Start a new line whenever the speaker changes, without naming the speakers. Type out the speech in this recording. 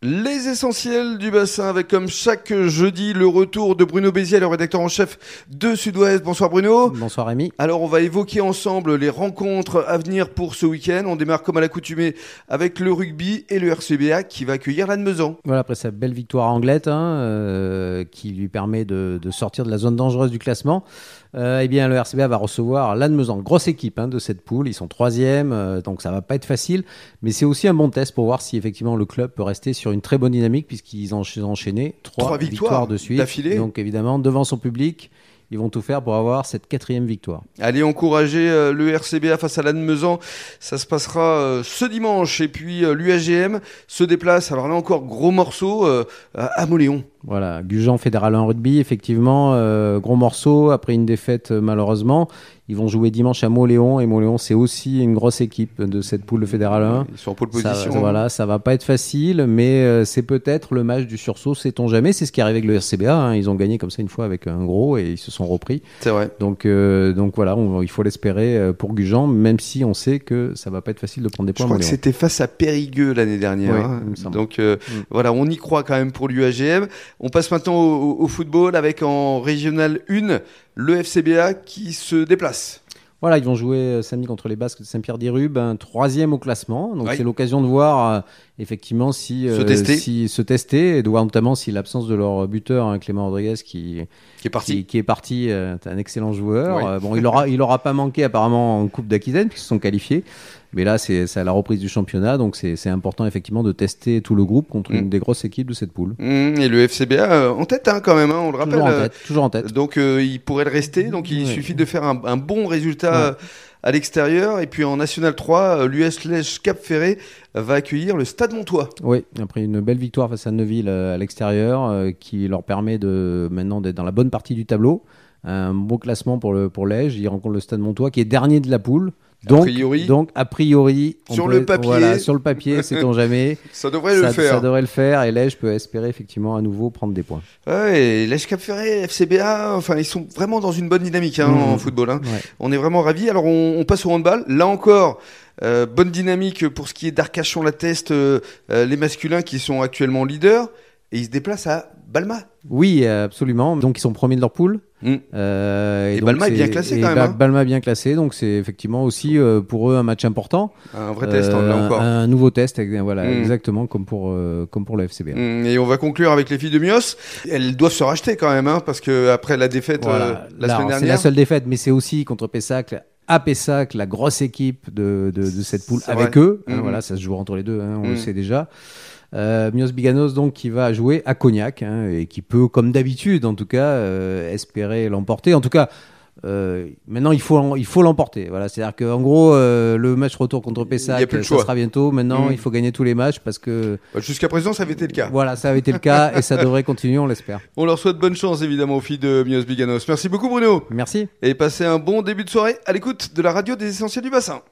Les essentiels du bassin avec comme chaque jeudi le retour de Bruno Bézier, le rédacteur en chef de Sud-Ouest. Bonsoir Bruno.
Bonsoir Rémi.
Alors on va évoquer ensemble les rencontres à venir pour ce week-end. On démarre comme à l'accoutumée avec le rugby et le RCBA qui va accueillir l'Anne-Mezan.
Voilà, après sa belle victoire anglaise hein, euh, qui lui permet de, de sortir de la zone dangereuse du classement, euh, eh bien le RCBA va recevoir l'Anne-Mezan. Grosse équipe hein, de cette poule, ils sont troisième, euh, donc ça va pas être facile. Mais c'est aussi un bon test pour voir si effectivement le club peut rester sur une très bonne dynamique puisqu'ils ont encha- enchaîné trois,
Trois victoires
de suite.
d'affilée.
Donc évidemment, devant son public, ils vont tout faire pour avoir cette quatrième victoire.
Allez encourager euh, le RCBA face à l'Anne-Mezan. Ça se passera euh, ce dimanche. Et puis euh, l'UAGM se déplace. Alors là encore, gros morceau euh, à à Moléon.
Voilà, Gujan fédéral en rugby, effectivement, euh, gros morceau après une défaite euh, malheureusement. Ils vont jouer dimanche à Moléon et Moléon c'est aussi une grosse équipe de cette poule de fédéral 1.
Ils sont en pole
Ça,
position.
ça- voilà, ça va pas être facile, mais euh, c'est peut-être le match du sursaut, sait-on jamais. C'est ce qui arrive avec le RCBA. hein. Ils ont gagné comme ça une fois avec un gros et ils se sont repris.
C'est vrai.
Donc, euh, donc voilà, on- il faut l'espérer euh, pour Gujan, même si on sait que ça va pas être facile de prendre des
Je
points. à
crois que
Moléon.
c'était face à Périgueux l'année dernière.
Oui,
hein.
il me semble.
Donc euh,
Mm.
voilà, on y croit quand même pour l'UAGM. On passe maintenant au, au- au football avec en régional 1 le FCBA qui se déplace.
Voilà, ils vont jouer euh, samedi contre les Basques de Saint-Pierre-d'Irube, un troisième au classement. Donc
Oui.
c'est l'occasion de voir euh, effectivement si euh,
Se tester.
si se tester et de voir notamment si l'absence de leur buteur hein, Clément Rodriguez qui
Qui est parti.
qui, qui est parti, euh, est un excellent joueur.
Oui.
Euh, bon, il aura il aura pas manqué apparemment en Coupe d'Aquitaine puisqu'ils sont qualifiés. Mais là, c'est c'est à la reprise du championnat, donc c'est c'est important effectivement de tester tout le groupe contre
Mm.
une des grosses équipes de cette poule.
Mm, et le FCBA euh, en tête hein, quand même, hein, on le rappelle.
Toujours en
euh,
tête, toujours en tête.
Donc euh, il pourrait le rester. Donc il
Ouais.
suffit de faire un, un bon résultat euh,
Ouais.
à l'extérieur. Et puis en National 3, euh, l'US Lèche Cap Ferré va accueillir le Stade Montois.
Oui, après une belle victoire face à Neuville euh, à l'extérieur, euh, qui leur permet de maintenant d'être dans la bonne partie du tableau. Un bon classement pour le pour l'Ège. Ils rencontrent le Stade Montois qui est dernier de la poule. Donc,
priori.
donc a priori,
Sur le papier.
voilà, sur le papier, c'est on jamais.
Ça devrait le
ça,
faire.
ça devrait le faire et l'Ège peut espérer effectivement à nouveau prendre des points.
Ouais, et Lèche Cap Ferré, FCBA, enfin ils sont vraiment dans une bonne dynamique hein,
Mmh.
en football. hein.
Ouais.
On est vraiment ravis. Alors on, on passe au handball. Là encore, euh, bonne dynamique pour ce qui est d'Arcachon la Teste, euh, euh, les masculins qui sont actuellement leaders et ils se déplacent à Balma.
Oui, euh, absolument. Donc ils sont premiers de leur poule.
Mm.
Euh,
Et
donc,
Balma est
c'est-
bien classé
et
quand même,
Ba-
hein.
Balma est bien classé, donc c'est effectivement aussi euh, pour eux un match important.
Un vrai test hein, là
Euh,
encore.
Un nouveau test, euh, voilà,
Mm.
exactement comme pour, euh, comme pour le FCB.
Mm, Et on va conclure avec les filles de Mios. Elles doivent se racheter quand même, hein, parce que après la défaite
Voilà.
euh, la
Là,
semaine
c'est la
dernière.
seule défaite, mais c'est aussi contre Pessac, à Pessac, la grosse équipe de, de, de cette poule
C'est
avec
vrai.
eux. hein,
Mhm.
Voilà, ça se joue entre les deux, hein, on
Mhm.
le sait déjà. Euh, Mios Biganos donc qui va jouer à Cognac hein, et qui peut, comme d'habitude en tout cas, euh, espérer l'emporter. En tout cas. euh, maintenant, il faut il faut l'emporter. Voilà, c'est-à-dire qu'en gros, euh, le match retour contre
Il y a
Pessac,
plus de
ça
choix.
sera bientôt. Maintenant,
Mhm.
il faut gagner tous les matchs parce que
Jusqu'à présent, ça avait été le cas.
voilà, ça avait été le cas et ça devrait continuer, on l'espère.
On leur souhaite bonne chance évidemment aux filles de Mios Biganos. Merci beaucoup Bruno.
Merci.
et passez un bon début de soirée à l'écoute de la radio des essentiels du bassin.